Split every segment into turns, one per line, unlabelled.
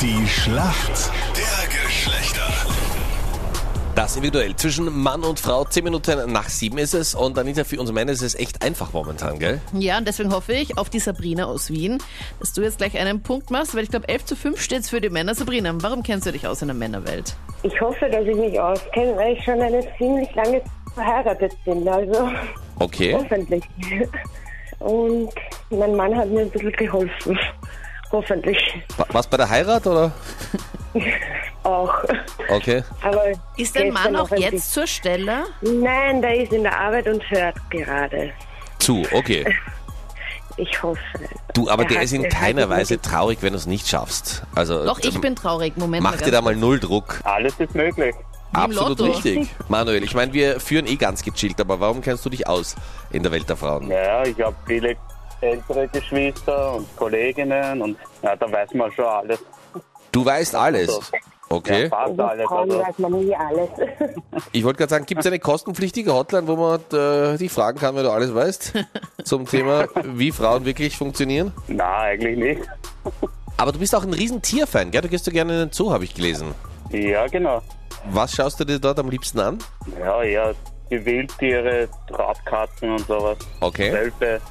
Die Schlacht der Geschlechter.
Das individuell zwischen Mann und Frau. Zehn Minuten nach sieben ist es. Und Anita, für uns Männer ist es echt einfach momentan, gell?
Ja, und deswegen hoffe ich auf die Sabrina aus Wien, dass du jetzt gleich einen Punkt machst, weil ich glaube, 11 zu 5 steht es für die Männer. Sabrina, warum kennst du dich aus in der Männerwelt?
Ich hoffe, dass ich mich auskenne, weil ich schon eine ziemlich lange Zeit verheiratet bin, also
Okay.
hoffentlich. Und mein Mann hat mir ein bisschen geholfen. Hoffentlich
Wa- Was bei der Heirat oder?
auch.
Okay.
Aber
Ist dein
gestern
Mann auch
noch ein
jetzt zur Stelle?
bisschen- Nein, der ist in der Arbeit und hört gerade.
Zu, okay.
Ich hoffe.
Du, aber
Er
der
hat-
ist in
er hat
keiner
es mir
Weise traurig, wenn du es nicht schaffst. Also,
Doch, ich
ähm,
bin traurig. Moment
Mach dir
mal.
da mal null Druck.
Alles ist möglich.
im
Absolut
Lotto.
richtig. Manuel, ich meine, wir führen eh ganz gechillt, aber warum kennst du dich aus in der Welt der Frauen?
Ja, ich habe viele ältere Geschwister und Kolleginnen und ja, da weiß man schon alles.
Du weißt alles. Okay.
Ja, fast
ganz-
alles.
Frauen
Also,
weiß man nie alles.
Ich wollte gerade sagen, gibt es eine kostenpflichtige Hotline, wo man äh, dich fragen kann, wenn du alles weißt? Zum Thema, wie Frauen wirklich funktionieren?
na, eigentlich nicht.
Aber du bist auch ein riesen Tierfan, gell? Du gehst so gerne in den Zoo, habe ich gelesen.
Ja, genau.
Was schaust du dir dort am liebsten an?
Ja, ja, die Wildtiere, Raubkatzen und sowas.
Okay.
Welpe.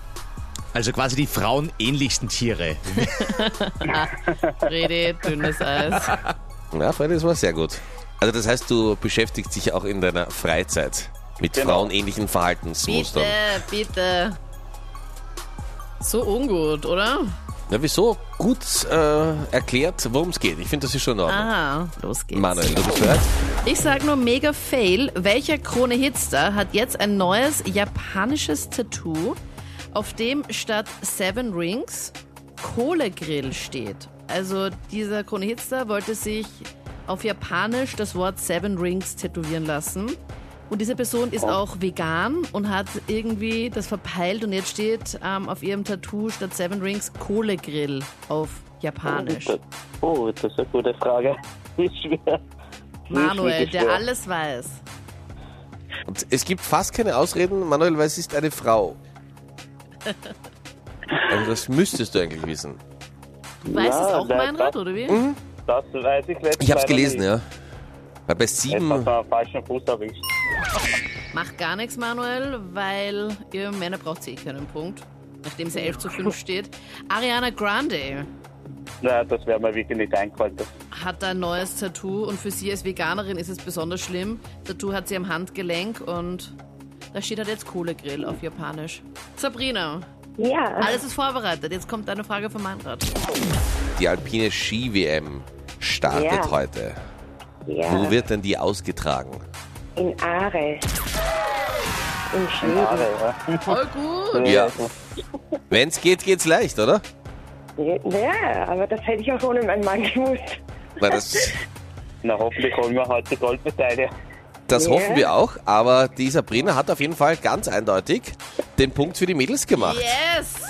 Also quasi die frauenähnlichsten Tiere.
Rede, dünnes Eis.
Na, Freddy, das war sehr gut. Also das heißt, du beschäftigst dich auch in deiner Freizeit mit
Genau.
frauenähnlichen
Bitte,
Verhaltensmustern.
bitte. So ungut, oder?
Na, wieso? Gut äh, erklärt, worum es geht. Ich finde, das ist schon in Ordnung.
Aha, los geht's.
Manuel, du bist bereit?
Ich sag nur mega fail. Welcher Krone Hitstar hat jetzt ein neues japanisches Tattoo, auf dem statt Seven Rings Kohlegrill steht? Also dieser Krone Hitstar wollte sich auf Japanisch das Wort Seven Rings tätowieren lassen. Und diese Person
Oh.
ist auch vegan und hat irgendwie das verpeilt und jetzt steht ähm, auf ihrem Tattoo statt Seven Rings Kohlegrill auf Japanisch.
Oh, das ist eine gute Frage. Ist schwer. Ist
Manuel,
wirklich
der
schwer.
alles weiß.
Und es gibt fast keine Ausreden, Manuel, weil es ist eine Frau. Also das müsstest du eigentlich wissen.
Weiß
Ja,
es auch
der- Mhm.
Meinrad,
das-
oder wie?
Das weiß ich
Ich habe es
leider
gelesen,
nicht.
ja. Hm. Weil bei
Jetzt hat
sieben...
man einen falschen Fuß erwischt.
Macht gar nichts, Manuel, weil ihr Männer braucht eh keinen Punkt, nachdem sie 11 zu 5 steht. Ariana Grande
Nein, das wäre mir wirklich nicht eingefallen. Das
hat ein neues Tattoo und für sie als Veganerin ist es besonders schlimm. Tattoo hat sie am Handgelenk und da steht halt jetzt Kohlegrill auf Japanisch. Sabrina,
ja.
alles ist vorbereitet. Jetzt kommt eine Frage von Meinrad.
Die alpine Ski-WM startet
Ja.
heute. Wo
ja.
wird denn die ausgetragen?
In Aare. In Schweden.
Haare, ja.
Voll gut.
Ja. Wenn's geht, geht's leicht, oder?
Ja, aber das hätte ich auch ohne meinen Mann gewusst.
Na, das
Na, hoffentlich holen wir heute die Goldmedaille.
das
Ja.
hoffen wir auch. Aber die Sabrina hat auf jeden Fall ganz eindeutig den Punkt für die Mädels gemacht.
Yes!